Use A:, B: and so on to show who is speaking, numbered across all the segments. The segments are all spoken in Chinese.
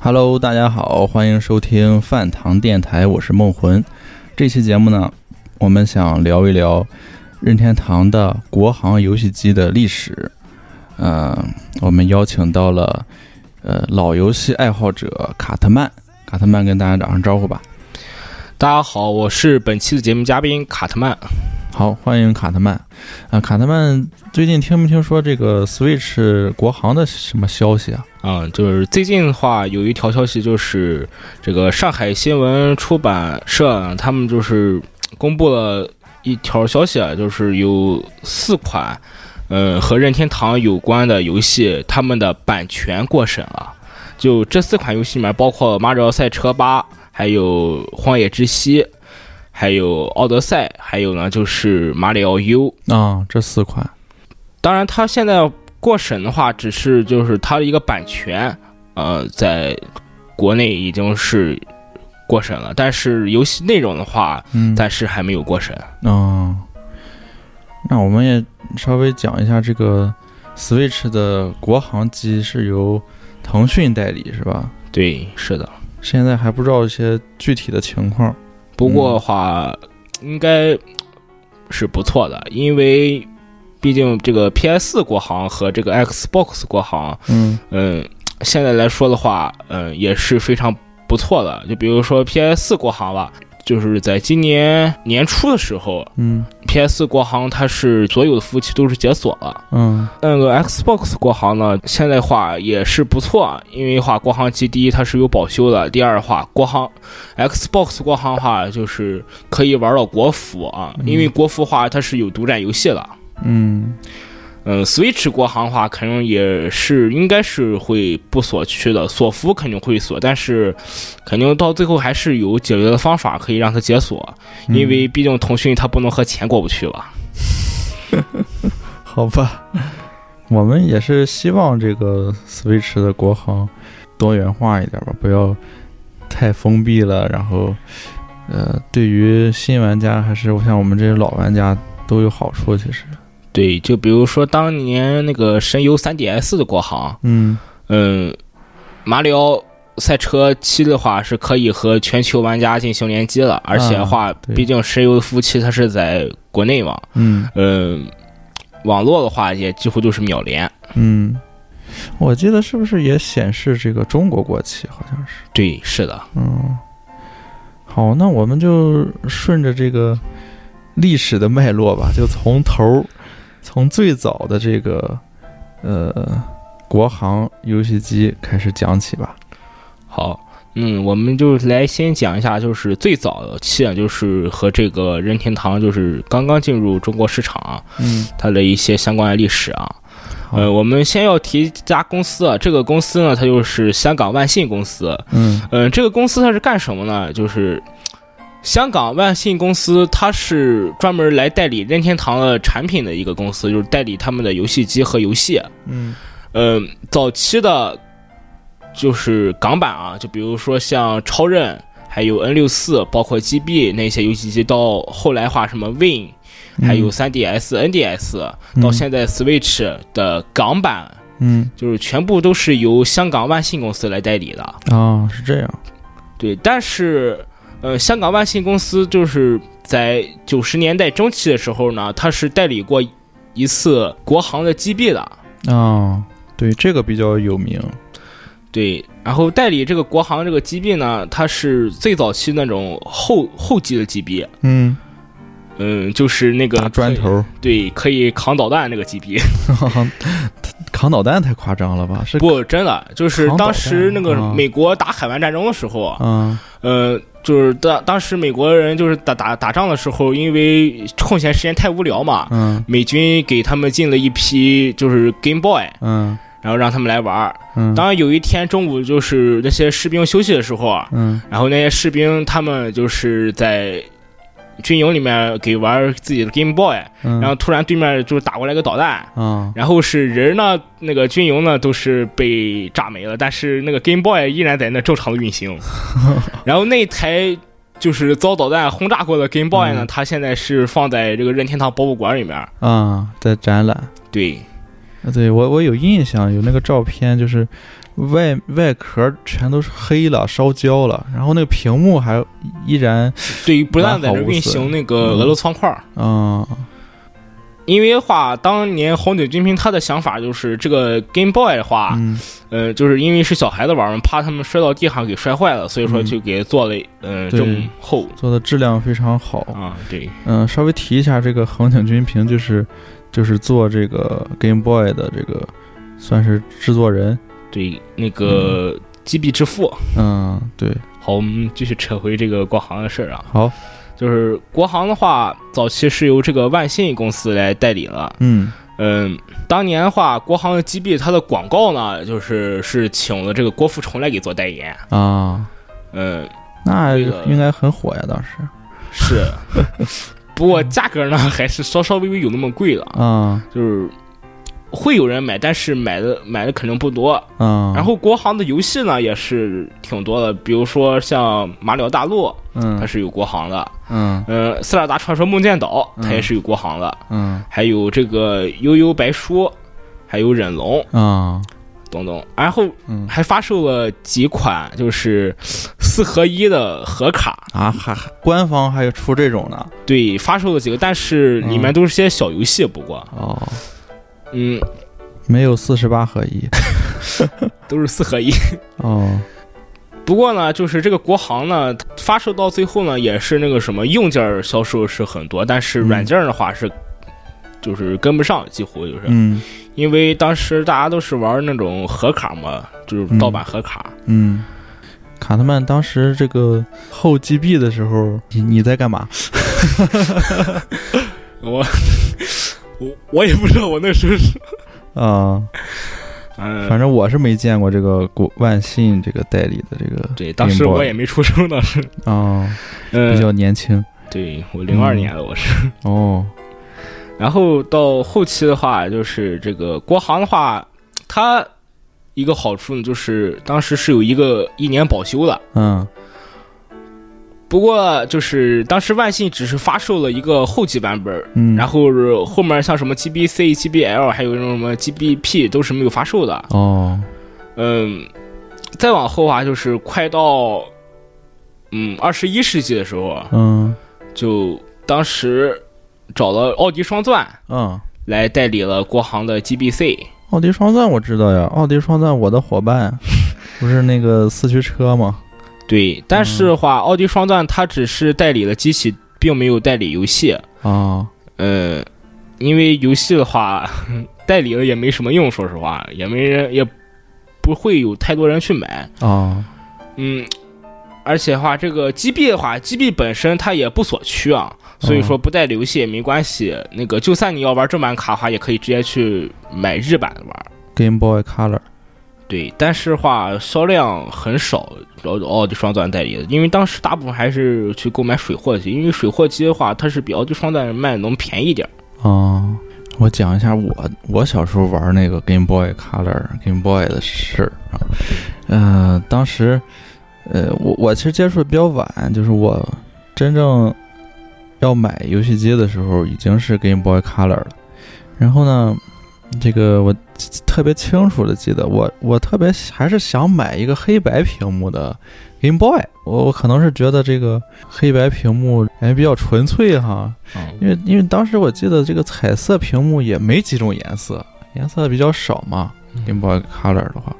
A: Hello，大家好，欢迎收听饭堂电台，我是梦魂。这期节目呢，我们想聊一聊任天堂的国行游戏机的历史。呃，我们邀请到了呃老游戏爱好者卡特曼，卡特曼跟大家打声招呼吧。
B: 大家好，我是本期的节目嘉宾卡特曼。
A: 好，欢迎卡特曼。啊、卡特曼，最近听没听说这个 Switch 国行的什么消息啊？
B: 嗯，就是最近的话，有一条消息就是，这个上海新闻出版社他们就是公布了一条消息啊，就是有四款，嗯，和任天堂有关的游戏，他们的版权过审了。就这四款游戏里面，包括《马里奥赛车八》，还有《荒野之息》，还有《奥德赛》，还有呢就是《马里奥 U》。
A: 啊，这四款
B: 当然，它现在过审的话，只是就是它的一个版权，呃，在国内已经是过审了，但是游戏内容的话，
A: 嗯
B: 暂时还没有过审。
A: 哦，那我们也稍微讲一下这个 Switch 的国行机是由腾讯代理是吧？
B: 对，是的。
A: 现在还不知道一些具体的情况。
B: 不过的话，应该是不错的，因为毕竟这个 PS 国行和这个 Xbox 国行，
A: 嗯
B: 嗯，现在来说的话，嗯，也是非常不错的。就比如说 PS 国行吧，就是在今年年初的时候，
A: 嗯
B: PS 国行它是所有的服务器都是解锁了，
A: 嗯
B: 那个 Xbox 国行呢，现在话也是不错啊，因为话国行机第一它是有保修的，第二话国行 Xbox 国行的话就是可以玩到国服啊，
A: 嗯
B: 因为国服话它是有独占游戏了。
A: 嗯
B: 嗯，Switch 国行的话，肯定也是应该是会不锁区的，锁服肯定会锁，但是肯定到最后还是有解决的方法可以让它解锁，
A: 嗯
B: 因为毕竟腾讯它不能和钱过不去吧。
A: 好吧， 我们也是希望这个 Switch 的国行多元化一点吧，不要太封闭了。然后，呃，对于新玩家还是像我们这些老玩家都有好处，其实。
B: 对，就比如说当年那个神游 3DS 的国行，
A: 嗯
B: 嗯，马里奥赛车七的话是可以和全球玩家进行联机了，而且的话，
A: 对
B: 毕竟神游的服务器它是在国内嘛，
A: 嗯
B: 嗯，网络的话也几乎都是秒连。
A: 嗯，我记得是不是也显示这个中国国旗？好像是。
B: 对，是的，
A: 嗯，好，那我们就顺着这个历史的脉络吧，就从头儿，从最早的这个呃国行游戏机开始讲起吧。
B: 好。嗯，我们就来先讲一下，就是最早期啊，就是和这个任天堂就是刚刚进入中国市场啊，
A: 嗯，
B: 它的一些相关的历史啊。
A: 好，
B: 呃，我们先要提一家公司啊，这个公司呢，它就是香港万信公司。
A: 嗯
B: 嗯、这个公司它是干什么呢？就是香港万信公司，它是专门来代理任天堂的产品的一个公司，就是代理他们的游戏机和游戏。
A: 嗯
B: 嗯、早期的，就是港版啊，就比如说像超任，还有 N 六四，包括 GB 那些游戏机，到后来话什么 Win，
A: 嗯，
B: 还有 3DS、NDS，
A: 嗯
B: 到现在 Switch 的港版。
A: 嗯
B: 就是全部都是由香港万信公司来代理的。
A: 啊、是这样。
B: 对，但是呃，香港万信公司就是在九十年代中期的时候呢，它是代理过一次国行的 GB 的。
A: 啊、对，这个比较有名。
B: 对，然后代理这个国行这个 GB 呢，它是最早期那种后后机的 GB，
A: 嗯，
B: 嗯，就是那个
A: 打砖头儿，
B: 可以，对，可以扛导弹那个 GB。
A: 扛导弹太夸张了吧？是
B: 不，真的就是
A: 扛导弹
B: 当时那个
A: 啊
B: 美国打海湾战争的时候啊，
A: 嗯
B: 呃，就是当当时美国人就是打打打仗的时候，因为空闲时间太无聊嘛，
A: 嗯
B: 美军给他们进了一批就是 Game Boy，
A: 嗯
B: 然后让他们来玩儿。
A: 嗯，
B: 当然有一天中午就是那些士兵休息的时候啊，
A: 嗯
B: 然后那些士兵他们就是在军营里面给玩儿自己的 Game Boy，
A: 嗯，
B: 然后突然对面就是打过来个导弹。
A: 啊
B: 然后是人呢，那个军营呢都是被炸没了，但是那个 Game Boy 依然在那正常的 运行。然后那台就是遭导弹轰炸过的 Game Boy 呢，
A: 嗯
B: 它现在是放在这个任天堂博物馆里面。
A: 啊，在展览。
B: 对
A: 啊，对我我有印象，有那个照片，就是外外壳全都是黑了、烧焦了，然后那个屏幕还依然
B: 对于不断在这
A: 完好无损
B: 运行那个俄罗斯方块儿。
A: 啊、
B: 因为话，当年红警军平他的想法就是，这个 Game Boy 的话，
A: 嗯
B: 呃，就是因为是小孩子玩嘛，怕他们摔到地上给摔坏了，所以说
A: 嗯
B: 就给做了，呃，
A: 对
B: 这么厚
A: 做的质量非常好。
B: 啊，对，
A: 嗯、稍微提一下这个横井军平，就是就是做这个 Game Boy 的这个算是制作人。
B: 对，那个击毙之父。
A: 嗯，对，
B: 好，我们继续扯回这个国行的事儿啊，
A: 好，
B: 就是国行的话，早期是由这个万信公司来代理了。
A: 嗯
B: 嗯，当年的话，国行的击毙它的广告呢，就是是请了这个郭富城来给做代言。
A: 啊，
B: 嗯，
A: 那
B: 这个
A: 应该很火呀，当时
B: 是， 不过价格呢还是稍稍微微有那么贵了，
A: 啊
B: 就是会有人买，但是买的买的肯定不多。
A: 啊，
B: 然后国行的游戏呢也是挺多的，比如说像《马里奥大陆》，它
A: 嗯
B: 是有国行的；
A: 嗯
B: 嗯，《塞尔达传说：梦见岛》它也
A: 嗯
B: 是有国行的，
A: 嗯
B: 还有这个《悠悠白书》，还有《忍龙》
A: 啊
B: 等等。然后
A: 嗯
B: 还发售了几款就是四合一的盒卡，
A: 啊，还还官方还有出这种呢？
B: 对，发售了几个，但是里
A: 嗯
B: 面都是些小游戏。不过，
A: 哦，
B: 嗯，
A: 没有四十八合一
B: 都是四合一。
A: 哦，
B: 不过呢，就是这个国行呢，发售到最后呢，也是那个什么硬件儿销售是很多，但是
A: 嗯
B: 软件儿的话是。就是跟不上，几乎就是、
A: 嗯
B: 因为当时大家都是玩那种盒卡嘛，就是盗版盒卡。
A: 嗯。卡特曼当时这个后 GB 的时候，你你在干嘛？
B: 我我我也不知道我那时候是，
A: 啊，
B: 嗯，
A: 反正我是没见过这个国万信这个代理的这个
B: 对，当时
A: Game Boy
B: 我也没出生，当时，
A: 啊，比
B: 嗯，
A: 较年轻
B: 对我零二年的我是。
A: 哦，
B: 然后到后期的话，就是这个国行的话，它一个好处呢，就是当时是有一个一年保修的。
A: 嗯
B: 不过就是当时万信只是发售了一个后期版本，
A: 嗯，
B: 然后是后面像什么 GBC、GBL 还有那种什么 GBP 都是没有发售的。
A: 哦，
B: 嗯，再往后啊，就是快到嗯二十一世纪的时候啊，
A: 嗯
B: 就当时找了奥迪双钻
A: 嗯，
B: 来代理了国行的 GBC。
A: 奥迪双钻我知道呀，奥迪双钻我的伙伴不是那个四驱车吗？
B: 对，但是的话，奥迪双钻它只是代理了机器，并没有代理游戏。
A: 啊，
B: 呃，因为游戏的话， 代理了也没什么用，说实话，也没人，也不会有太多人去买。
A: 哦，
B: 嗯，而且的话，这个 GB 的话，GB 本身它也不锁区啊，所以说不代理游戏也没关系。那个，就算你要玩正版卡的话，也可以直接去买日版玩。
A: Game Boy Color
B: 对，但是的话销量很少，然后奥迪双钻代理的，因为当时大部分还是去购买水货机，因为水货机的话，它是比奥迪双钻卖能便宜点儿。
A: 啊，我讲一下我我小时候玩那个 Game Boy Color、Game Boy 的事儿啊，呃，当时，呃，我我其实接触的比较晚，就是我真正要买游戏机的时候已经是 Game Boy Color 了，然后呢。这个我特别清楚的记得，我我特别还是想买一个黑白屏幕的 Game Boy，我我可能是觉得这个黑白屏幕感觉比较纯粹哈，因为因为当时我记得这个彩色屏幕也没几种颜色，颜色比较少嘛，Game
B: 嗯
A: Boy Color 的话，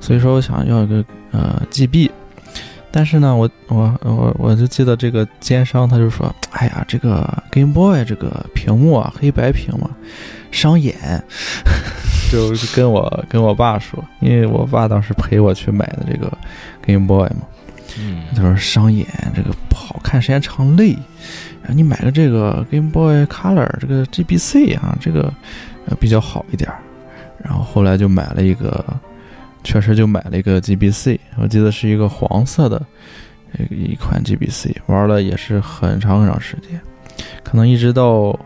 A: 所以说我想要一个呃 GB，但是呢，我我我我就记得这个奸商他就说，哎呀，这个 Game Boy 这个屏幕啊，黑白屏嘛，伤眼， 就跟我跟我爸说，因为我爸当时陪我去买的这个 Game Boy 嘛，
B: 嗯，
A: 他说伤眼，这个不好看，时间长累。然后你买个这个 Game Boy Color，这个 GBC 啊，这个呃比较好一点儿。然后后来就买了一个，确实就买了一个 GBC，我记得是一个黄色的呃一款 GBC，玩了也是很长很长时间，可能一直到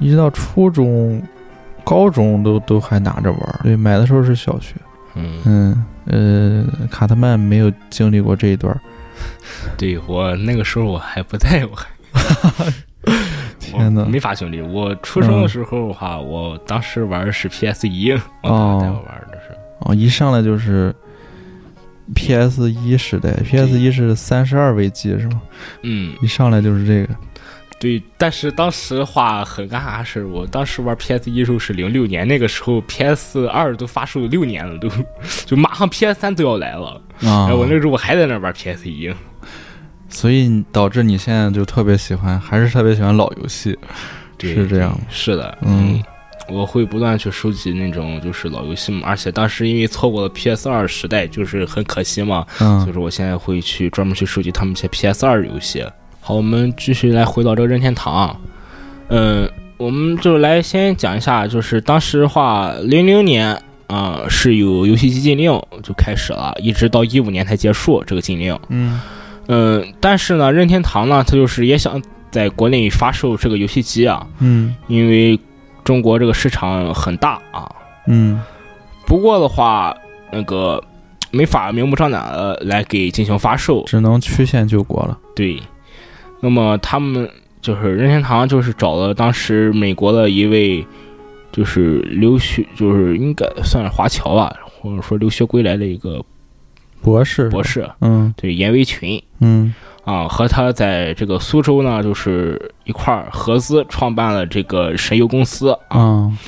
A: 一直到初中、高中都都还拿着玩儿。对，买的时候是小学。
B: 嗯，
A: 嗯，呃，卡特曼没有经历过这一段儿。
B: 对我那个时候我还不在， 我还
A: 天
B: 我
A: 哪！嗯
B: 没法经历。我出生的时候的话，我当时玩的是 PS 一，我
A: 哦
B: 带我玩的是，
A: 啊，一上来就是 PS 一时代，PS 一是三十二位机是吗？
B: 嗯，
A: 一上来就是这个，
B: 对。但是当时话很尴尬的是，我当时玩 PS 一时候是零六年，那个时候 PS 二都发售六年了，都 就马上 PS 三都要来了。
A: 啊
B: 然后我那时候我还在那玩 PS 一，
A: 所以导致你现在就特别喜欢，还是特别喜欢老游戏，
B: 对
A: 是这样吗？
B: 是的，
A: 嗯，
B: 我会不断去收集那种就是老游戏嘛，而且当时因为错过了 PS 二时代，就是很可惜嘛，所以
A: 嗯
B: 说我现在会去专门去收集他们一些 PS 二游戏。好，我们继续来回到这个任天堂，嗯，我们就来先讲一下，就是当时的话，零零年啊、是有游戏机禁令就开始了，一直到一五年才结束这个禁令。
A: 嗯
B: 嗯，但是呢，任天堂呢，它就是也想在国内发售这个游戏机啊，
A: 嗯
B: 因为中国这个市场很大啊。
A: 嗯
B: 不过的话，那个没法明目张胆的来给进行发售，
A: 只能曲线救国了。
B: 对，那么他们就是任天堂，就是找了当时美国的一位，就是留学，就是应该算是华侨吧，或者说留学归来的一个
A: 博士，
B: 博，士，
A: 嗯
B: 对，严维群
A: 嗯
B: 啊，和他在这个苏州呢，就是一块儿合资创办了这个神游公司啊。
A: 啊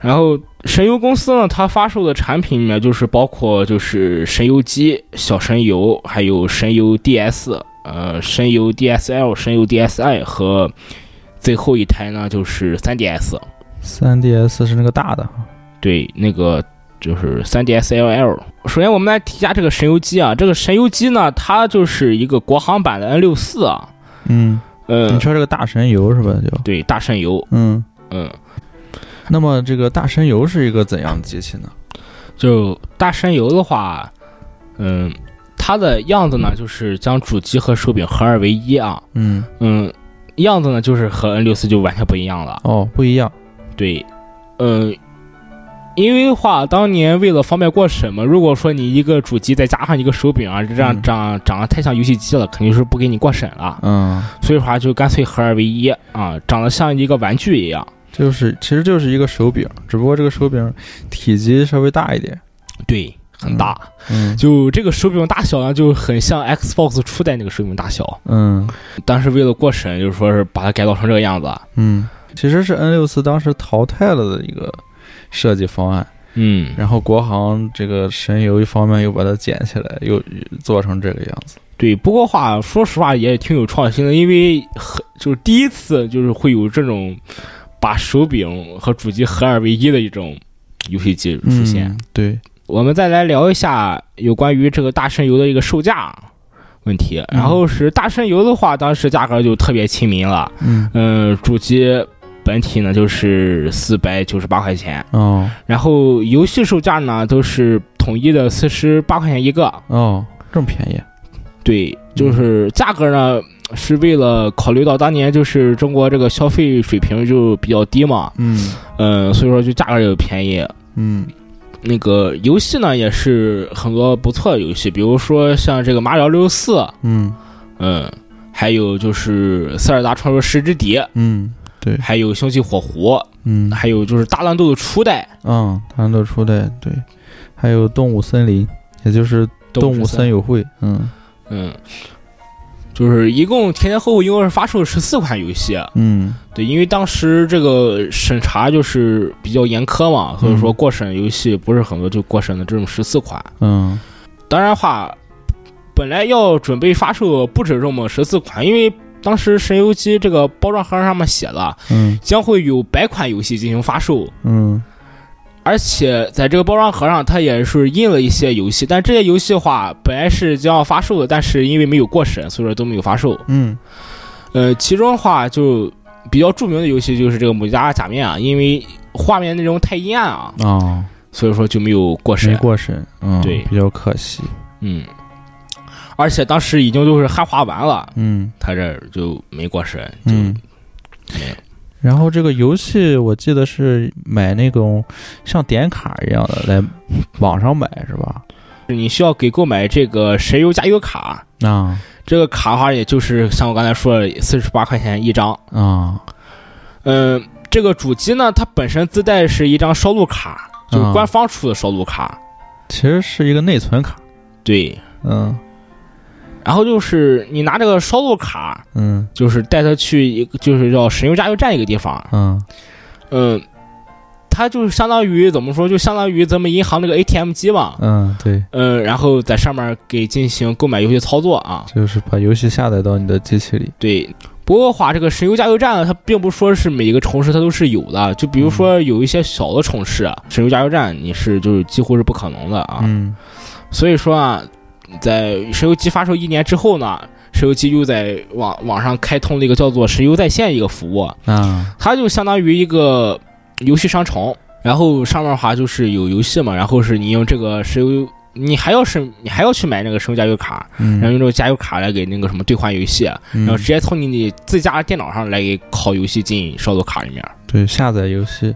B: 然后神游公司呢，它发售的产品里面就是包括就是神游机、小神游，还有神游 DS，呃，神游 DSL、神游 DSi 和最后一台呢就是 3DS，
A: 三 DS 是那个大的，
B: 对，那个就是 3DSLL。首先我们来提一下这个神游机啊，这个神游机呢，它就是一个国行版的 N 6 4啊，
A: 嗯，
B: 呃
A: 你，说这个大神游是吧？就
B: 对，大神游，
A: 嗯，
B: 嗯，
A: 那么这个大神游是一个怎样的机器呢？
B: 就大神游的话，嗯，它的样子呢，就是将主机和手柄合二为一啊，
A: 嗯，
B: 嗯，样子呢就是和 N 6 4就完全不一样了，
A: 哦，不一样，
B: 对，嗯。因为话，当年为了方便过审嘛，如果说你一个主机再加上一个手柄啊，这样
A: 嗯
B: 长长得太像游戏机了，肯定是不给你过审了。
A: 嗯，
B: 所以话就干脆合二为一啊，长得像一个玩具一样。
A: 就是其实就是一个手柄，只不过这个手柄体积稍微大一点，
B: 对，很大。
A: 嗯
B: 就这个手柄大小呢，就很像 Xbox 初代那个手柄大小。
A: 嗯
B: 当时为了过审，就是说是把它改造成这个样子。
A: 嗯，其实是 N 六四当时淘汰了的一个设计方案，
B: 嗯，
A: 然后国行这个神游一方面又把它捡起来，又做成这个样子。
B: 对。不过话说实话也挺有创新的，因为很就是第一次就是会有这种把手柄和主机合二为一的一种游戏机出现。
A: 嗯、对，
B: 我们再来聊一下有关于这个大神游的一个售价问题。
A: 嗯
B: 然后是大神游的话，当时价格就特别亲民了。
A: 嗯，
B: 嗯，主机本体呢就是四百九十八块钱，
A: 哦
B: 然后游戏售价呢都是统一的四十八块钱一个。
A: 哦，这么便宜，
B: 对，
A: 嗯
B: 就是价格呢是为了考虑到当年就是中国这个消费水平就比较低嘛，
A: 嗯
B: 嗯，所以说就价格也便宜。
A: 嗯
B: 那个游戏呢，也是很多不错的游戏，比如说像这个《马里奥六四》，
A: 嗯
B: 嗯，还有就是《塞尔达传说：十之笛》，
A: 嗯
B: 还有《星际火狐》，
A: 嗯，
B: 还有就是《大乱斗》的初代
A: 嗯，它都出的对，还有动物森林，也就是
B: 《
A: 动物
B: 物
A: 森
B: 友》，
A: 友会，嗯
B: 嗯，就是一共前前后后一共是发售十四款游戏。
A: 嗯
B: 对，因为当时这个审查就是比较严苛嘛，所以说
A: 嗯
B: 过审游戏不是很多，就过审了这种十四款。
A: 嗯
B: 当然话，本来要准备发售不止这么十四款，因为当时神游机这个包装盒上面写了，
A: 嗯
B: 将会有百款游戏进行发售，
A: 嗯
B: 而且在这个包装盒上它也是印了一些游戏，但这些游戏的话本来是将要发售的，但是因为没有过审，所以说都没有发售。
A: 嗯
B: 呃，其中的话就比较著名的游戏就是这个《姆加拉假面》啊，因为画面内容太阴暗啊，
A: 哦，
B: 所以说就没有过
A: 没
B: 审。
A: 过审，嗯，
B: 对
A: 比较可惜，
B: 嗯，而且当时已经都是汉化完了。
A: 嗯
B: 他这儿就没过审，就
A: 嗯。
B: 没有。
A: 然后这个游戏我记得是买那种像点卡一样的，来网上买是吧？
B: 你需要给购买这个神游加油卡，
A: 啊
B: 这个卡的话，也就是像我刚才说的，四十八块钱一张。
A: 啊
B: 嗯，这个主机呢，它本身自带是一张烧录卡，就是
A: 啊
B: 官方出的烧录卡。
A: 其实是一个内存卡，
B: 对，
A: 嗯
B: 然后就是你拿这个烧录卡，
A: 嗯
B: 就是带他去一个就是叫神油加油站一个地方，
A: 嗯
B: 嗯，它就是相当于怎么说，就相当于咱们银行那个 ATM 机吧，
A: 嗯，对，
B: 嗯，然后在上面给进行购买游戏操作啊。
A: 就是把游戏下载到你的机器里，
B: 对，不过话这个神游加油站呢，它并不说是每一个城市它都是有的，就比如
A: 嗯
B: 说有一些小的城市，神游加油站你是就是几乎是不可能的啊。
A: 嗯
B: 所以说啊，在神游机发售一年之后呢，神游机又在网网上开通了一个叫做“神游在线”一个服务，
A: 啊
B: 它就相当于一个游戏商城，然后上面的话就是有游戏嘛，然后是你用这个神游，你还要是你还要去买那个神游加油卡，
A: 嗯，
B: 然后用这个加油卡来给那个什么兑换游戏，啊然
A: 嗯
B: 后直接从你你自家电脑上来给拷游戏进烧录卡里面。
A: 对下载游戏，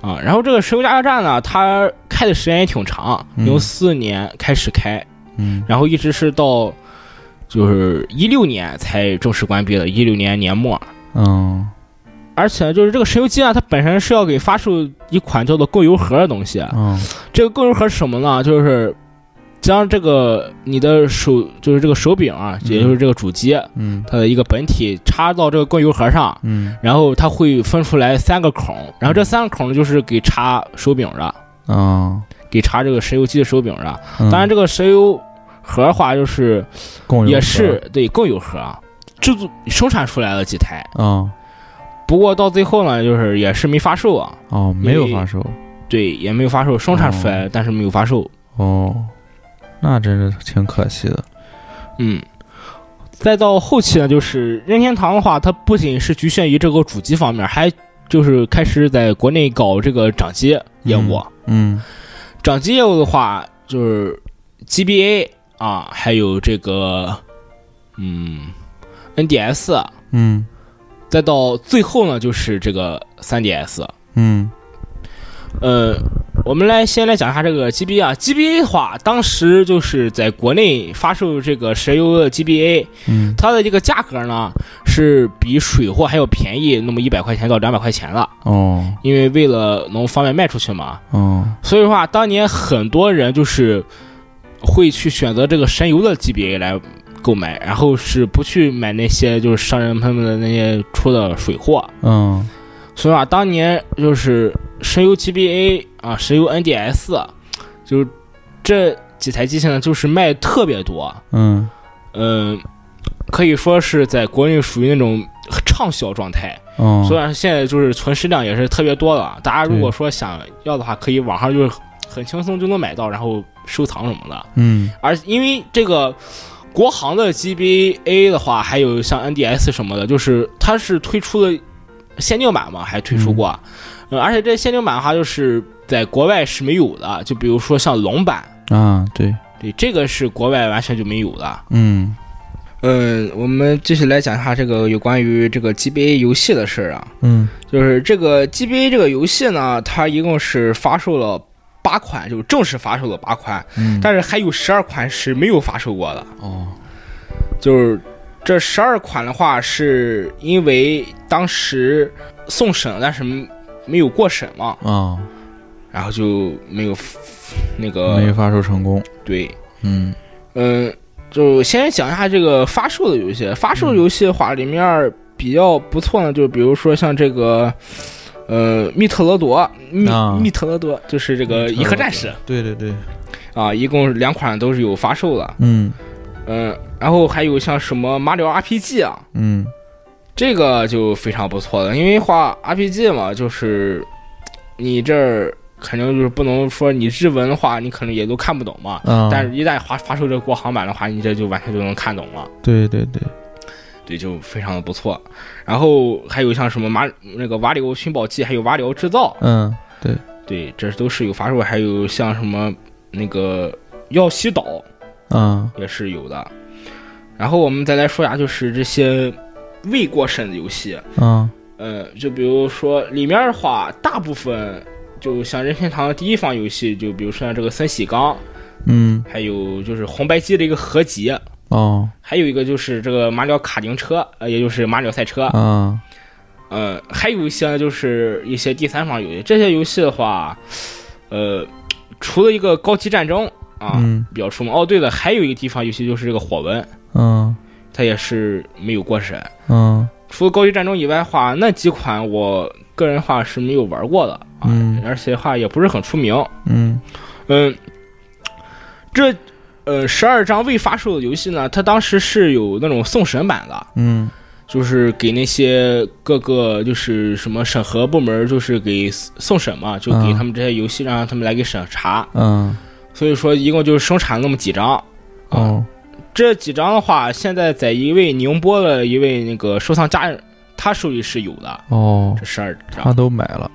B: 啊，然后这个石油加油站呢，它开的时间也挺长，
A: 嗯
B: 由四年开始开，
A: 嗯
B: 然后一直是到就是一六年才正式关闭的，一六年年末。
A: 嗯
B: 而且就是这个神游机啊，它本身是要给发售一款叫做供油盒的东西。啊
A: 嗯
B: 这个供油盒是什么呢？就是将这个你的手，就是这个手柄啊，
A: 嗯
B: 也就是这个主机，
A: 嗯
B: 它的一个本体插到这个供油盒上，
A: 嗯
B: 然后它会分出来三个孔，然后这三个孔呢就是给插手柄的，
A: 啊，
B: 给插这个神游机的手柄的。
A: 嗯
B: 当然，这个神游盒的话，就是
A: 共有
B: 也
A: 盒
B: 是对更有盒啊，制作生产出来了几台，
A: 啊
B: 不过到最后呢，就是也是没发售啊，
A: 哦没有
B: 因为
A: 发售
B: 对，也没有发售，生产出来、但是没有发售，
A: 哦，那真是挺可惜的，
B: 嗯。再到后期呢，就是任天堂的话，它不仅是局限于这个主机方面，还就是开始在国内搞这个掌机业务。
A: 嗯
B: 掌机业务的话，就是 GBA 啊，还有这个嗯 NDS，
A: 嗯
B: 啊再到最后呢，就是这个 3DS。
A: 嗯
B: 呃，我们来先来讲一下这个 GBA 啊，GBA 的话，当时就是在国内发售这个石油的 GBA，
A: 嗯
B: 它的这个价格呢是比水货还要便宜那么一百块钱到两百块钱了，
A: 哦
B: 因为为了能方便卖出去嘛，
A: 哦
B: 所以的话，当年很多人就是会去选择这个神游的 GBA 来购买，然后是不去买那些就是商人他们的那些出的水货。
A: 嗯
B: 所以啊，当年就是神游 GBA 啊，神游 NDS，就是啊这几台机器呢，就是卖特别多，
A: 嗯
B: 嗯，可以说是在国内属于那种畅销状态。
A: 哦
B: 虽然现在就是存世量也是特别多了，啊大家如果说想要的话，可以网上就是很轻松就能买到，然后收藏什么的。
A: 嗯
B: 而因为这个国行的 GBA 的话，还有像 NDS 什么的，就是它是推出了限定版嘛，还推出过，嗯，而且这限定版的话，就是在国外是没有的，就比如说像龙版，
A: 啊对
B: 对，这个是国外完全就没有的。
A: 嗯
B: 嗯，我们继续来讲一下这个有关于这个 GBA 游戏的事儿啊，
A: 嗯
B: 就是这个 GBA 这个游戏呢，它一共是发售了八款，就是正式发售了八款，
A: 嗯
B: 但是还有十二款是没有发售过的。
A: 哦
B: 就是这十二款的话，是因为当时送审了，但是没有过审嘛，
A: 啊
B: 然后就没有那
A: 没
B: 个
A: 发售成功，
B: 对，
A: 嗯
B: 嗯，就先讲一下这个发售的游戏。发售游戏的话，里面比较不错呢，就比如说像这个。呃，密特罗多，密、
A: 啊
B: 密特罗多就是这
A: 密
B: 个
A: 特罗多
B: 银河战士
A: 对对对
B: 啊，一共两款都是有发售的，
A: 嗯
B: 嗯，然后还有像什么马里奥 RPG 啊，
A: 嗯
B: 这个就非常不错了，因为画 RPG 嘛，就是你这儿肯定就是不能说你日文的话，你可能也都看不懂嘛。
A: 啊
B: 但是，一旦发发售这国行版的话，你这就完全就能看懂了，
A: 对对对
B: 对，就非常的不错。然后还有像什么马那个瓦里奥寻宝记，还有瓦里奥制造，
A: 嗯
B: 对，这都是有发售。还有像什么那个耀西岛
A: 啊
B: 也是有的。然后我们再来说一下，就是这些未过审的游戏，
A: 啊
B: 呃，就比如说里面的话，大部分就像任天堂的第一方游戏，就比如说像这个森喜刚，
A: 嗯
B: 还有就是红白机的一个合集，
A: 哦
B: 还有一个就是这个马里奥卡丁车，呃，也就是马里奥赛车，
A: 啊
B: 呃，还呃有一些呢就是一些第三方游戏，这些游戏的话，呃，除了一个高级战争啊、
A: 嗯
B: 比较出名，哦对了，还有一个地方游戏就是这个火纹，
A: 嗯
B: 它也是没有过审。
A: 嗯
B: 除了高级战争以外的话，那几款我个人的话是没有玩过的啊，
A: 嗯
B: 而且的话也不是很出名。
A: 嗯
B: 嗯，这呃十二张未发售的游戏呢，它当时是有那种送审版的，
A: 嗯
B: 就是给那些各个就是什么审核部门，就是给送审嘛，就给
A: 嗯
B: 他们这些游戏让他们来给审查。
A: 嗯
B: 所以说，一共就生产了那么几张。啊，
A: 哦
B: 这几张的话，现在在一位宁波的一位那个收藏家人，他手里是有的
A: 哦，
B: 这十二张
A: 他。都买了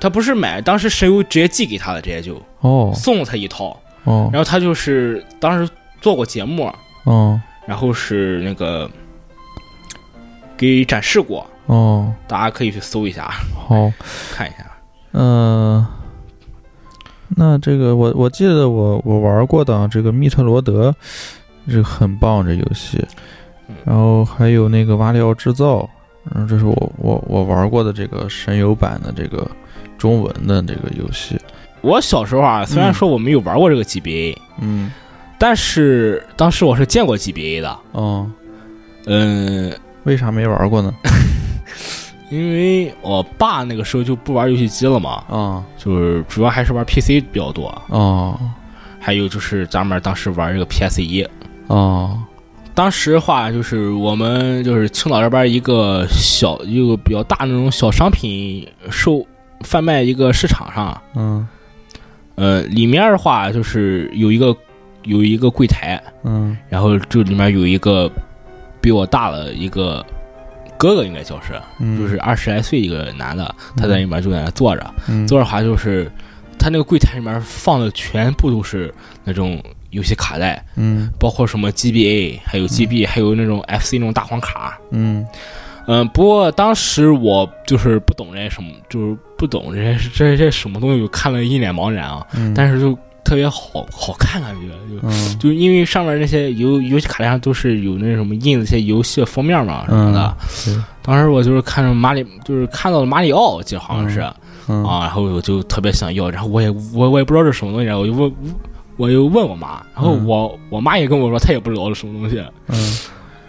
B: 他不是买，当时神游直接寄给他的，直接就
A: 哦
B: 送了他一套。
A: 哦
B: 然后他就是当时做过节目，
A: 哦
B: 然后是那个给展示过，
A: 哦，
B: 大家可以去搜一下
A: 好，
B: 看一下。
A: 呃，那这个我我记得我我玩过的啊这个密特罗德，这个很棒这游戏
B: 嗯，
A: 然后还有那个瓦里奥制造，嗯，这是我我我玩过的这个神游版的这个中文的这个游戏，
B: 我小时候啊，虽然说我没有玩过这个 GBA，、
A: 嗯
B: 但是当时我是见过 GBA 的。
A: 哦，
B: 嗯，
A: 为啥没玩过呢？
B: 因为我爸那个时候就不玩游戏机了嘛，
A: 啊
B: 就是主要还是玩 PC 比较多，
A: 哦
B: 还有就是咱们当时玩这个 PS 一。
A: 哦
B: 当时的话就是我们就是青岛这边一个小一个比较大那种小商品售贩卖一个市场上，
A: 嗯
B: 呃，里面的话就是有一个有一个柜台，
A: 嗯
B: 然后这里面有一个比我大的一个哥哥，应该就是
A: 嗯，
B: 就是二十来岁一个男的，他在里面就在那坐着，
A: 嗯
B: 坐着的话就是他那个柜台里面放的全部都是那种游戏卡带，
A: 嗯
B: 包括什么 GBA，还有 GB，、还有那种 FC 那种大黄卡。
A: 嗯
B: 嗯，不过当时我就是不懂这些什么，就是不懂这些这些什么东西，我看了一脸茫然啊。
A: 嗯，
B: 但是就特别好好看，感觉就
A: 嗯
B: 就因为上面那些游游戏卡带上都是有那什么印的一些游戏封面嘛什么的。
A: 嗯
B: 当时我就是看着马里，就是看到了马里奥，我记得好像是、
A: 嗯
B: 啊，然后我就特别想要，然后我也我我也不知道这是什么东西，然后我就问。我就问我妈，然后
A: 嗯
B: 我、我妈也跟我说，她也不知道是什么东西。
A: 嗯，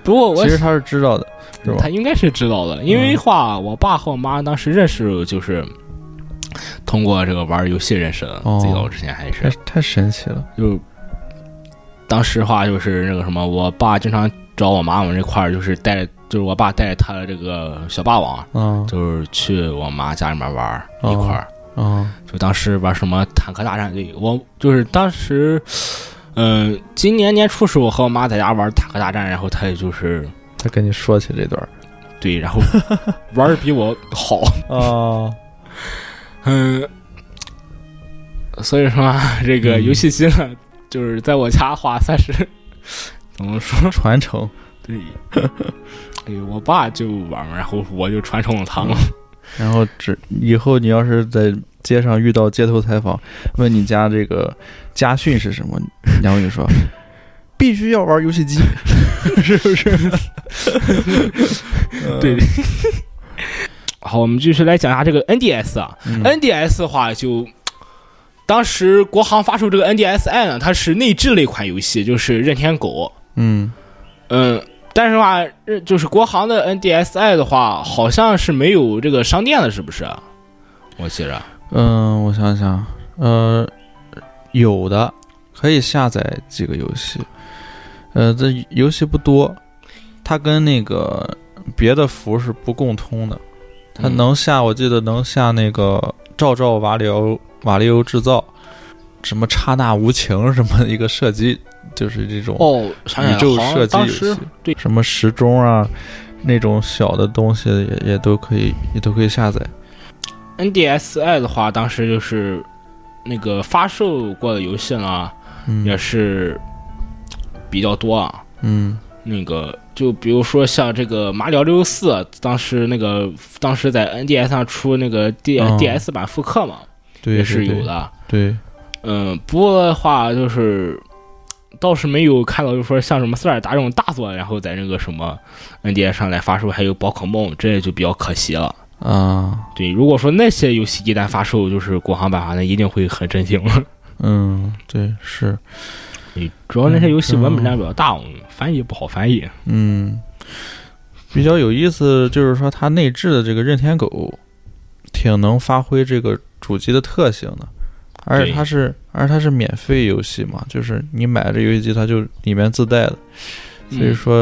B: 不过我
A: 其实他是知道的，是吧嗯
B: 他应该是知道的，因为话，我爸和我妈当时认识就是通过这个玩游戏认识的，
A: 哦
B: 最早之前还
A: 太
B: 是
A: 太神奇了。
B: 就当时话就是那个什么，我爸经常找我妈，我们这块儿就是带着，就是我爸带着他的这个小霸王，
A: 嗯
B: 就是去我妈家里面玩儿
A: 哦
B: 一块儿，
A: 嗯
B: 就当时玩什么坦克大战队，我就是当时。嗯，今年年初时候我和我妈在家玩坦克大战，然后她也就是
A: 他跟你说起这段
B: 对，然后玩的比我好，
A: 哦，
B: 嗯，所以说啊这个
A: 嗯
B: 游戏机呢，就是在我家话算是怎么 说？
A: 传承
B: 对，哎呦，我爸就玩嘛，然后我就传承了他嘛。
A: 然后只以后你要是在街上遇到街头采访，问你家这个家训是什么，然后你说必须要玩游戏机，是不是？嗯
B: 对，好，我们继续来讲一下这个 NDS 啊、
A: 嗯
B: n d s 的话就。当时国行发售这个 NDSi 呢，啊它是内置了一款游戏，就是任天狗。
A: 嗯
B: 嗯，但是话，呃就是国行的 NDSi 的话，好像是没有这个商店的，是不是？我记着。
A: 嗯，我想想，呃，有的可以下载几个游戏，呃，这游戏不多，它跟那个别的服是不共通的，它
B: 嗯
A: 能下，我记得能下那个照照瓦里欧瓦里欧制造，什么刹那无情 什么一个射击，就是这种
B: 哦，想起
A: 宇
B: 来
A: 宙
B: 了，好
A: 射击游
B: 像当
A: 戏
B: 时，对
A: 什么时钟啊。那种小的东西也也都可以，也都可以下载。
B: NDSi 的话，当时就是那个发售过的游戏呢，
A: 嗯，
B: 也是比较多啊。
A: 嗯
B: 那个就比如说像这个《马里奥六四》，当时那个当时在 NDS 上出那个 D、
A: 嗯
B: DS 版复刻嘛，
A: 对，
B: 也
A: 对
B: 是有
A: 对
B: 的。
A: 对，
B: 嗯，不过的话就是倒是没有看到，就是说像什么塞尔达这种大作，然后在那个什么 NDS 上来发售，还有宝可梦，这就比较可惜了。
A: 啊，
B: 对，如果说那些游戏一旦发售，就是国行版的话，那一定会很 震惊。
A: 嗯，对，是，
B: 对主要那些游戏文本量比较大，嗯翻译不好翻译。
A: 嗯，比较有意思就是说它内置的这个任天狗，挺能发挥这个主机的特性的，而且它是，而且它是免费游戏嘛，就是你买这游戏机它就里面自带的，所
B: 嗯
A: 以说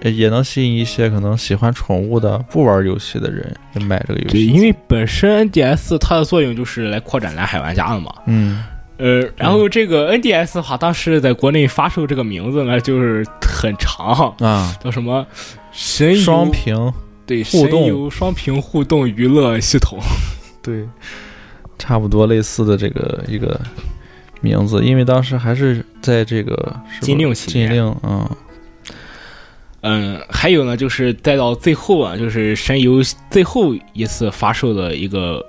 A: 呃也能吸引一些可能喜欢宠物的不玩游戏的人就买这个游
B: 对，
A: 戏。
B: 因为本身 NDS 它的作用就是来扩展蓝海玩家的嘛。
A: 嗯，
B: 呃，然后这个 NDS 的话，当时在国内发售这个名字呢，就是很长，
A: 啊，
B: 叫什么神游
A: 双屏，
B: 对
A: 互动
B: 神游双屏互动娱乐系统。
A: 对，差不多类似的这个一个名字，因为当时还是在这个是吧
B: 禁令期
A: 禁
B: 间
A: 令，嗯
B: 嗯，还有呢，就是再到最后啊，就是神游最后一次发售的一个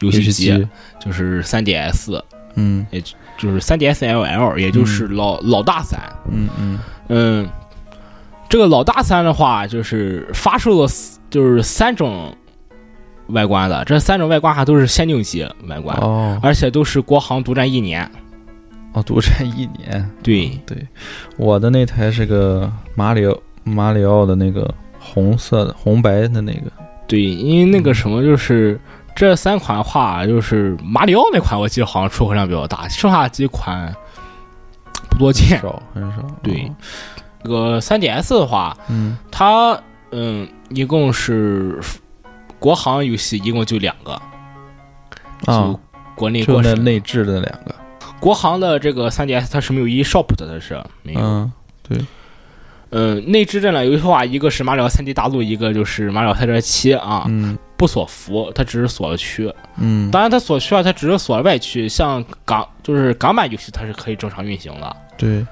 B: 游戏机，
A: 机，
B: 就是3 DS，
A: 嗯
B: 就是 3DS LL，也就是老、老大三。
A: 嗯嗯
B: 嗯，这个老大三的话，就是发售了四就是三种外观的，这三种外观还都是限定级外观，
A: 哦
B: 而且都是国行独占一年。
A: 哦，独占一年，
B: 对，
A: 对，我的那台是个马里奥马里奥的那个红色的红白的那个，
B: 对，因为那个什么，就是这三款的话，就是马里奥那款，我记得好像出货量比较大，剩下几款不多见。
A: 少很少，哦
B: 对，那个 3DS 的话，
A: 嗯
B: 它嗯，一共是国行游戏一共就两个，
A: 啊
B: 就，国内
A: 就
B: 过
A: 那
B: 审。
A: 内置的那两个，
B: 国行的这个 3DS 它是没有 eShop 的，它是没有。
A: 嗯
B: 嗯，内置这两游戏的话，一个是马里奥 3D 大陆，一个就是马里奥赛车七啊，
A: 嗯
B: 不锁服，它只是锁了区。
A: 嗯，
B: 当然，它所需要它只是锁外区，像港就是港版游戏，它是可以正常运行的。
A: 对，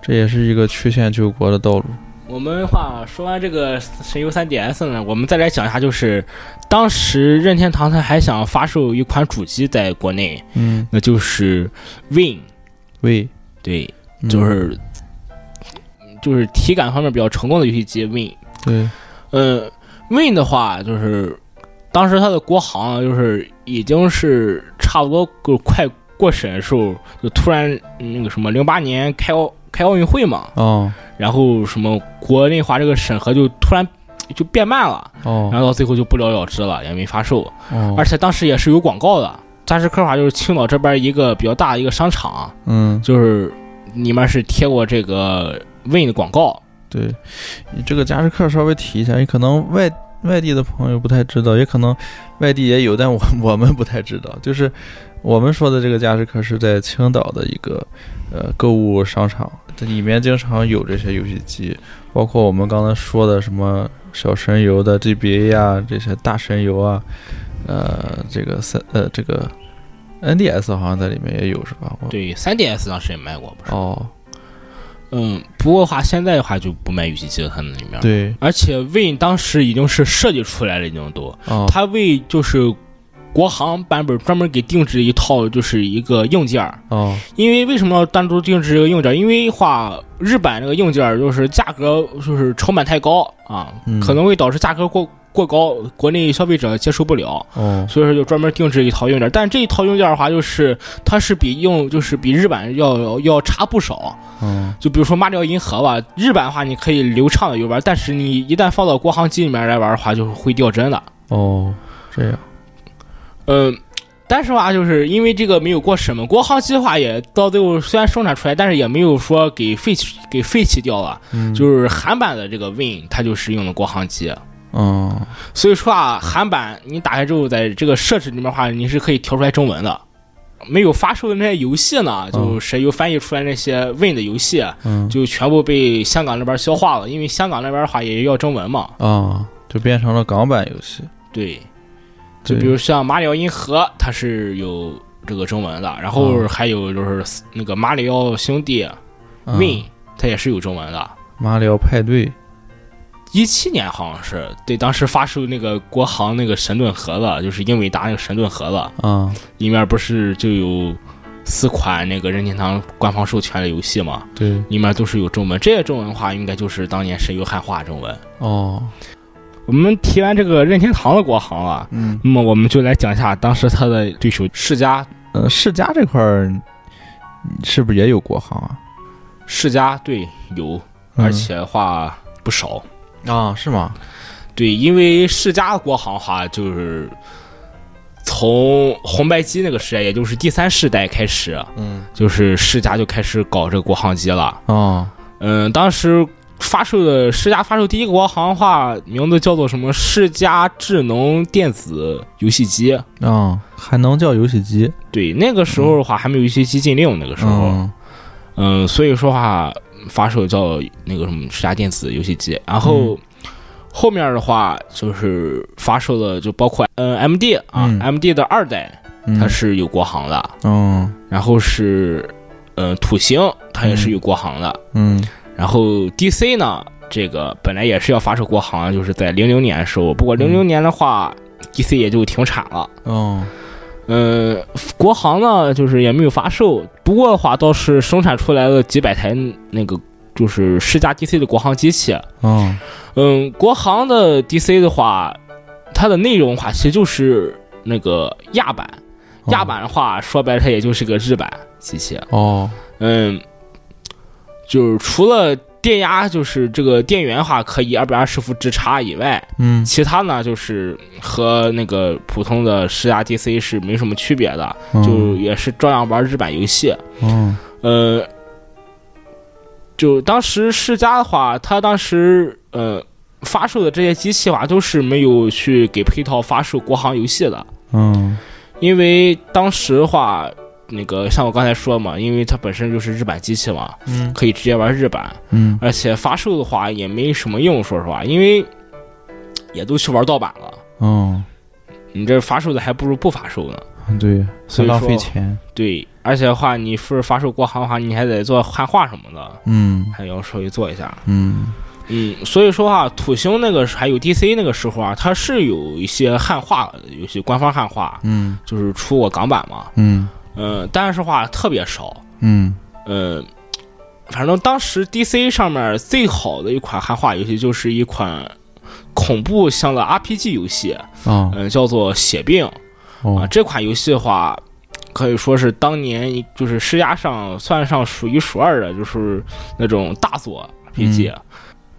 A: 这也是一个曲线救国的道路，
B: 我们话说完这个神游 3DS 呢，我们再来讲一下，就是当时任天堂它还想发售一款主机在国内，
A: 嗯，
B: 那就是 Win，
A: 喂，
B: 对，
A: 嗯
B: 就是、就是体感方面比较成功的游戏机 Win。
A: 对，
B: 嗯，Win 的话就是当时它的国行就是已经是差不多就快过审的时候，就突然那个什么零八年开奥开奥运会嘛，
A: 哦
B: 然后什么国内化这个审核就突然就变慢了，然
A: 哦
B: 后到最后就不了了之了，也没发售，而
A: 哦，
B: 且当时也是有广告的。扎什科华就是青岛这边一个比较大的一个商场，
A: 嗯，
B: 就是里面是贴过这个 Win 的广告，
A: 对，你这个加时课稍微提一下，你可能外外地的朋友不太知道，也可能外地也有，但我我们不太知道。就是我们说的这个加时课是在青岛的一个呃购物商场，这里面经常有这些游戏机，包括我们刚才说的什么小神游的 GBA 啊，这些大神游啊，呃，这个三呃这个 NDS 好像在里面也有是吧？我
B: 对，3DS 当时也卖过，不是？
A: 哦，
B: 嗯，不过的话，现在的话就不卖游戏机了，它那里面。，
A: 对，
B: 而且 Win 当时已经是设计出来了，已经都，
A: 哦，
B: 它为就是国行版本专门给定制一套，就是一个硬件儿。
A: 哦，
B: 因为为什么要单独定制这个硬件儿？因为话日版那个硬件儿就是价格就是成本太高啊，
A: 嗯
B: 可能会导致价格过过高，国内消费者接受不了。
A: 哦，
B: 所以说就专门定制一套硬件，但这一套硬件的话，就是它是比用就是比日版要要要差不少，
A: 嗯，
B: 就比如说《马里奥银河》吧，日版的话你可以流畅的游玩，但是你一旦放到国行机里面来玩的话，就是会掉帧的。
A: 哦，这样。
B: 嗯，但是话就是因为这个没有过审嘛，国行机的话也到最后虽然生产出来，但是也没有说给废弃给废弃掉了。
A: 嗯
B: 就是韩版的这个 Win，它就是用的国行机，
A: 嗯
B: 所以说啊，韩版你打开之后，在这个设置里面的话，你是可以调出来中文的。没有发售的那些游戏呢，就谁又翻译出来那些 Win 的游戏，啊
A: 嗯
B: 就全部被香港那边消化了，因为香港那边的话也要中文嘛。
A: 啊，就变成了港版游戏。
B: 对，就
A: 对
B: 比如像《马里奥银河》，它是有这个中文的，然后
A: 嗯
B: 还有就是那个《马里奥兄弟
A: 嗯
B: Win》，它也是有中文的。
A: 马里奥派对，
B: 一七年好像是对，当时发售那个国行那个神盾盒子，就是英伟达那个神盾盒子，
A: 啊
B: 里面不是就有四款那个任天堂官方授权的游戏嘛，
A: 对，
B: 里面都是有中文。这些中文的话，应该就是当年神游汉化中文。
A: 哦，
B: 我们提完这个任天堂的国行啊，
C: 嗯，
B: 那么我们就来讲一下当时他的对手世嘉。
C: 呃，世嘉这块儿是不是也有国行啊？
B: 世嘉对有，
C: 嗯
B: 而且的话不少。
A: 啊，是吗？
B: 对，因为世嘉的国行哈，就是从红白机那个时代，也就是第三世代开始，
A: 嗯，
B: 就是世嘉就开始搞这个国行机了。
A: 哦，
B: 嗯，当时发售的世嘉发售第一个国行的话，名字叫做什么？世嘉智能电子游戏机。
A: 哦，
C: 还能叫游戏机？
B: 对，那个时候的话还没有游戏机禁令，那个时候，
A: 嗯，
B: 嗯，所以说话发售叫那个什么世嘉电子游戏机，然
A: 嗯
B: 后。后面的话就是发售的，就包括嗯 M D 啊、
A: 嗯
B: m D 的二代
A: 嗯
B: 它，是有国行的，
A: 哦，
B: 然后是嗯土星它也是有国行的，
A: 嗯，
B: 然后 D C 呢这个本来也是要发售国行，就是在零零年的时候，不过零
A: 嗯
B: 零年的话、D C 也就停产了。
A: 哦，
B: 嗯，国行呢，就是也没有发售，不过的话倒是生产出来了几百台那个就是世嘉 DC 的国行机器。
A: 哦，
B: 嗯，国行的 DC 的话，它的内容的话其实就是那个亚版，
A: 哦
B: 亚，版的话说白了它也就是个日版机器。
A: 哦，
B: 嗯，就是除了电压就是这个电源的话可以二百二十伏直插以外，
A: 嗯，
B: 其他呢就是和那个普通的世嘉 DC 是没什么区别的。
A: 嗯
B: 就，也是照样玩日版游戏。
A: 哦，
B: 呃，就当时世嘉的话，它当时呃发售的这些机器的话，都是没有去给配套发售国行游戏的，
A: 嗯，
B: 因为当时的话，那个像我刚才说嘛，因为它本身就是日版机器嘛，
A: 嗯，
B: 可以直接玩日版，
A: 嗯，
B: 而且发售的话也没什么用，说实话，因为也都去玩盗版了，
A: 哦，
B: 你这发售的还不如不发售呢。
A: 对，
B: 所
A: 很
B: 以
A: 浪
B: 说
A: 费钱，
B: 对，而且的话，你是发售国行的话，你还得做汉化什么的，
A: 嗯，
B: 还要稍微做一下。
A: 嗯，
B: 嗯，所以说啊，土星那个时还有 DC 那个时候啊，它是有一些汉化，有些官方汉化，
A: 嗯，
B: 就是出过港版嘛。
A: 嗯，
B: 嗯，但是话特别少。
A: 嗯，
B: 嗯，反正当时 DC 上面最好的一款汉化游戏就是一款恐怖向的 RPG 游戏，
A: 哦，
B: 嗯，叫做《血病》。啊，
A: 哦，
B: 这款游戏的话，可以说是当年一就是世嘉上算上数一数二的，就是那种大作 RPG。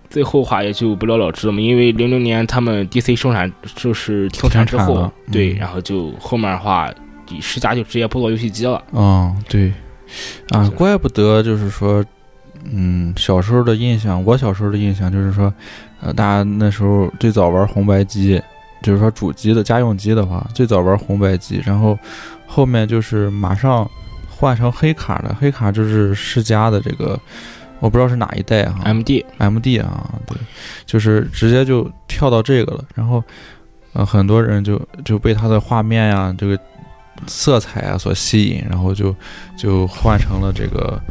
B: 最
A: 嗯
B: 后的话也就不了了之了嘛，因为零六年他们 DC 生产就是停产之
A: 停
B: 后
A: 产了，
B: 对，
A: 嗯
B: 然后就后面的话，世嘉就直接不做游戏机了。
A: 哦，对，啊
B: 就是，
A: 怪不得就是说，嗯，小时候的印象，我小时候的印象就是说，呃，大家那时候最早玩红白机，就是说主机的家用机的话，最早玩红白机，然后后面就是马上换成黑卡的，黑卡就是世嘉的这个，我不知道是哪一代哈、
B: MD，
A: M D 啊，对，就是直接就跳到这个了，然后呃，很多人就就被它的画面呀、这个色彩啊所吸引，然后就就换成了这个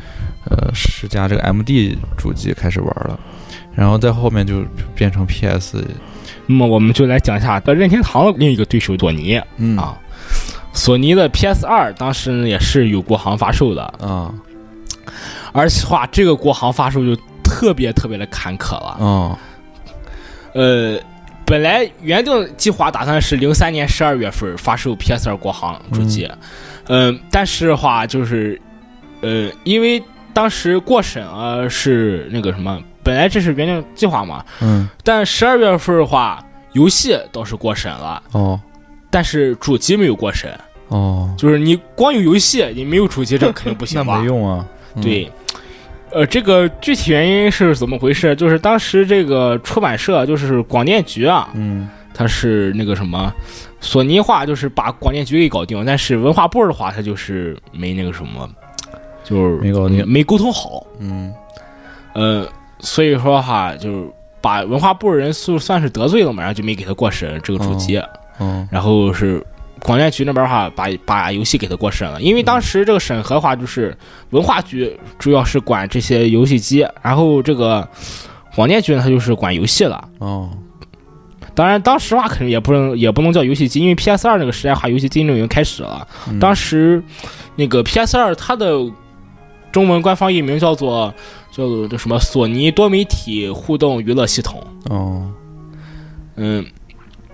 A: 呃世嘉这个 M D 主机开始玩了，然后在后面就变成 P S，
B: 那么我们就来讲一下呃任天堂的另一个对手索尼
A: 嗯
B: 啊，索尼的 PS 二当时呢也是有国行发售的，
A: 啊
B: 而且话，这个国行发售就特别特别的坎坷了。
A: 啊
B: 呃，本来原定计划打算是零三年十二月份发售 PS 二国行主机，嗯、但是的话就是，呃，因为当时过审啊是那个什么，本来这是原定计划嘛，
A: 嗯
B: 但十二月份的话，游戏倒是过审了，
A: 哦
B: 但是主机没有过审，
A: 哦，
B: 就是你光有游戏，你没有主机，这肯定不行
A: 那
B: 吧？
A: 没用啊，嗯，
B: 对，呃，这个具体原因是怎么回事？就是当时这个出版社，就是广电局啊，
A: 嗯
B: 它是那个什么，索尼话就是把广电局给搞定，但是文化部的话，它就是没那个什么，就是
A: 没搞定
B: 没沟通好。
A: 嗯
B: 呃，所以说哈，就是把文化部的人算算是得罪了嘛，然后就没给他过审这个主机，
A: 嗯
B: 然后是。广电局那边的话，把把游戏给他过审了，因为当时这个审核的话，就是文化局主要是管这些游戏机，然后这个广电局呢，它就是管游戏了。
A: 哦
B: 当然，当时话肯定也不能也不能叫游戏机，因为 PS 二那个时代的话，游戏机已经开始了。
A: 嗯
B: 当时那个 PS 二它的中文官方译名叫做叫做这什么索尼多媒体互动娱乐系统。
A: 哦，
B: 嗯，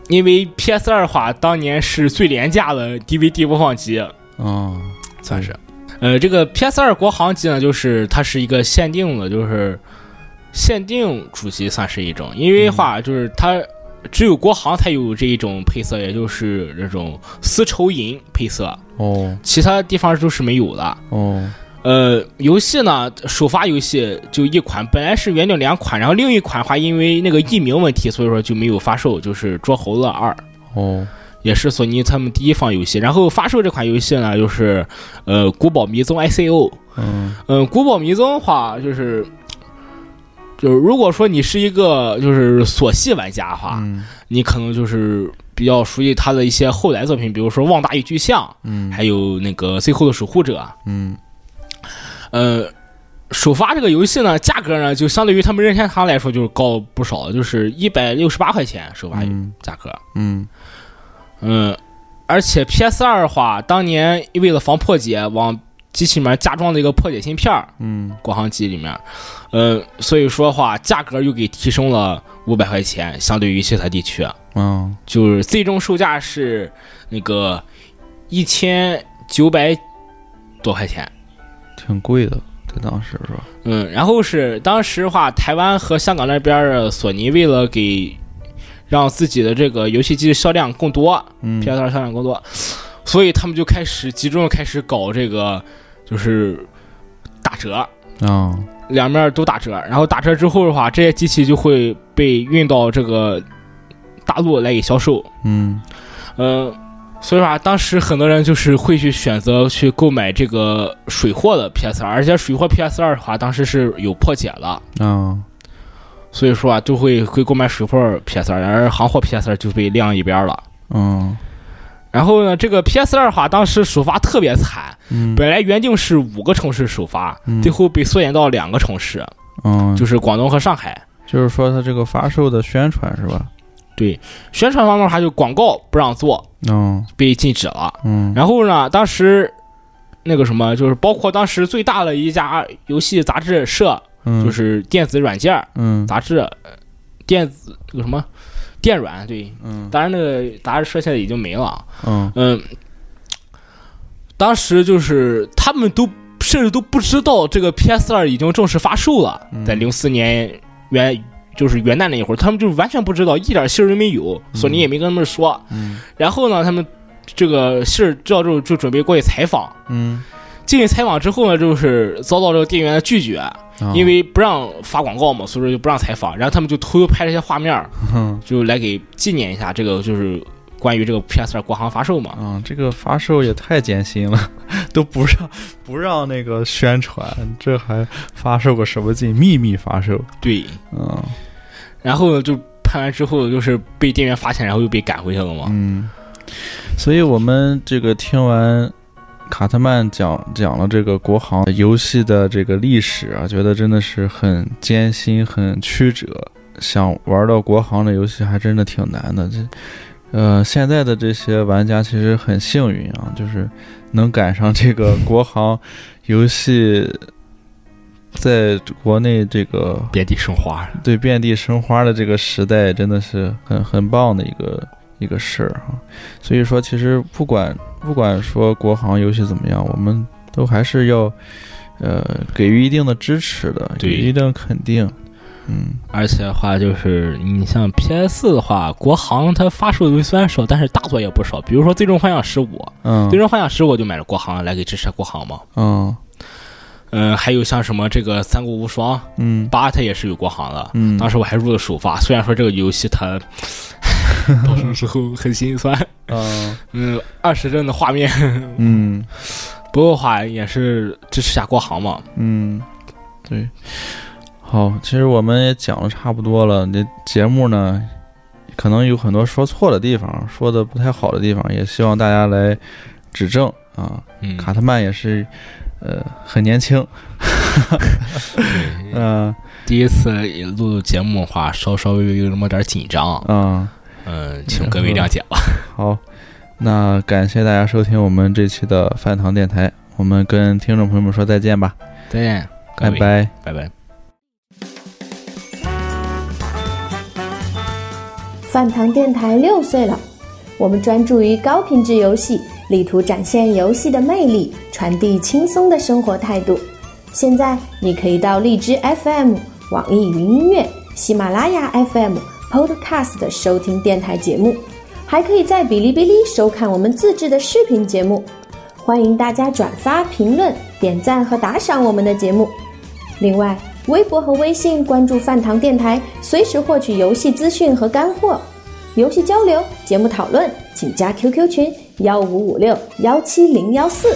B: 因为 PS 二话当年是最廉价的 DVD 播放机，
A: 哦，
B: 算是。呃，这个 PS 二国行机呢，就是它是一个限定的，就是限定主机算是一种，因为话就是它只有国行才有这一种配色，也就是这种丝绸银配色，
A: 哦，
B: 其他地方都是没有的。
A: 哦，
B: 呃，游戏呢，首发游戏就一款，本来是原定两款，然后另一款话因为那个译名问题，所以说就没有发售，就是《捉猴子二》。
A: 哦，
B: 也是索尼他们第一方游戏，然后发售这款游戏呢，就是呃《古堡迷踪 ICO》。
A: 嗯，
B: 嗯，古堡迷踪的话，就是就是如果说你是一个就是索系玩家的话，
A: 嗯，
B: 你可能就是比较熟悉他的一些后来作品，比如说《旺达与巨像》，
A: 嗯，
B: 还有那个《最后的守护者》。
A: 嗯，
B: 呃，首发这个游戏呢，价格呢就相对于他们任天堂来说就是高不少，就是一百六十八块钱首发
A: 嗯，
B: 价格。
A: 嗯，
B: 嗯，而且 PS 二的话，当年为了防破解，往机器里面加装了一个破解芯片儿，
A: 嗯，
B: 国行机里面，呃，所以说的话价格又给提升了五百块钱，相对于其他地区，啊
A: 哦，
B: 就是最终售价是那个一千九百多块钱。
A: 挺贵的，在当时是吧？
B: 嗯，然后是当时的话，台湾和香港那边儿的索尼为了给让自己的这个游戏机的销量更多，
A: 嗯
B: PS 二销量更多，所以他们就开始集中地开始搞这个，就是打折，
A: 啊，
B: 两面都打折。然后打折之后的话，这些机器就会被运到这个大陆来给销售。
A: 嗯，
B: 嗯，所以说啊，当时很多人就是会去选择去购买这个水货的 PS 二，而且水货 PS 二的话，当时是有破解了。
A: 啊，
B: 所以说啊，就会会购买水货 PS 二，而行货 PS 二就被晾一边了。
A: 嗯，
B: 然后呢，这个 PS 二的话，当时首发特别惨，
A: 嗯，
B: 本来原定是五个城市首发，
A: 嗯
B: 最后被缩减到两个城市，
A: 嗯，
B: 就是广东和上海。
A: 就是说它这个发售的宣传是吧？
B: 对，宣传方面的话，就广告不让做，
A: 嗯，
B: 被禁止了。
A: 嗯，
B: 然后呢，当时那个什么，就是包括当时最大的一家游戏杂志社，
A: 嗯，
B: 就，是电子软件
A: 嗯，
B: 杂志，呃电子那个什么电软，对，
A: 嗯，
B: 当然那个杂志社现在已经没了啊。
A: 嗯，
B: 嗯，当时就是他们都甚至都不知道这个 PS 二已经正式发售了，
A: 嗯
B: 在零四年元就是元旦那一会儿，他们就完全不知道，一点信儿都没有，索尼也没跟他们说。
A: 嗯，
B: 然后呢，他们这个信儿知道之后，就准备过去采访。
A: 嗯，
B: 进去采访之后呢，就是遭到这个店员的拒绝，
A: 嗯
B: 因为不让发广告嘛，所以说就不让采访。然后他们就偷偷拍了一些画面儿，
A: 嗯，
B: 就来给纪念一下这个就是关于这个 PS 二国行发售嘛。
A: 啊，这个发售也太艰辛了， 都不让不让那个宣传，这还发售个什么劲？秘密发售，
B: 对，
A: 嗯
B: 然后呢，就拍完之后就是被店员罚钱，然后又被赶回去了嘛。
A: 嗯，所以我们这个听完卡特曼讲讲了这个国行游戏的这个历史啊，觉得真的是很艰辛、很曲折，想玩到国行的游戏还真的挺难的。这呃，现在的这些玩家其实很幸运啊，就是能赶上这个国行游戏在国内这个
B: 遍地生花，
A: 对遍地生花的这个时代，真的是很很棒的一个一个事儿哈。所以说，其实不管不管说国行游戏怎么样，我们都还是要呃给予一定的支持的，给
B: 对
A: 予一定的肯定。嗯
B: 而且的话就是你像 PS 四的话，国行它发售的虽然少，但是大作也不少。比如说《最终幻想十五》，《
A: 嗯
B: 最终幻想十五》我就买了国行来给支持国行嘛。
A: 嗯
B: 嗯，还有像什么这个《三国无双》
A: 嗯
B: 八，它也是有国行的。
A: 嗯
B: 当时我还入了首发，虽然说这个游戏它到什么时候很心 酸，
A: 嗯
B: 嗯，二十帧的画面，
A: 嗯
B: 不过的话也是支持下国行嘛。
A: 嗯，对。好，其实我们也讲的差不多了。这节目呢，可能有很多说错的地方，说的不太好的地方，也希望大家来指正啊。
B: 嗯，
A: 卡特曼也是，呃，很年轻，
B: 对
A: 嗯、
B: 第一次录节目的话，稍稍微微有那么点紧张
A: 啊、，嗯，
B: 嗯，请各位谅解吧。
A: 好，那感谢大家收听我们这期的饭堂电台，我们跟听众朋友们说再见吧，
B: 再见，各
A: 拜
B: 位，
A: 拜。
B: 拜拜。
D: 饭堂电台六岁了，我们专注于高品质游戏，力图展现游戏的魅力，传递轻松的生活态度。现在你可以到荔枝 FM、网易云音乐、喜马拉雅 FM、Podcast 收听电台节目，还可以在哔哩哔哩收看我们自制的视频节目。欢迎大家转发、评论、点赞和打赏我们的节目。另外，微博和微信关注饭堂电台，随时获取游戏资讯和干货。游戏交流、节目讨论，请加 QQ 群幺五五六幺七零幺四。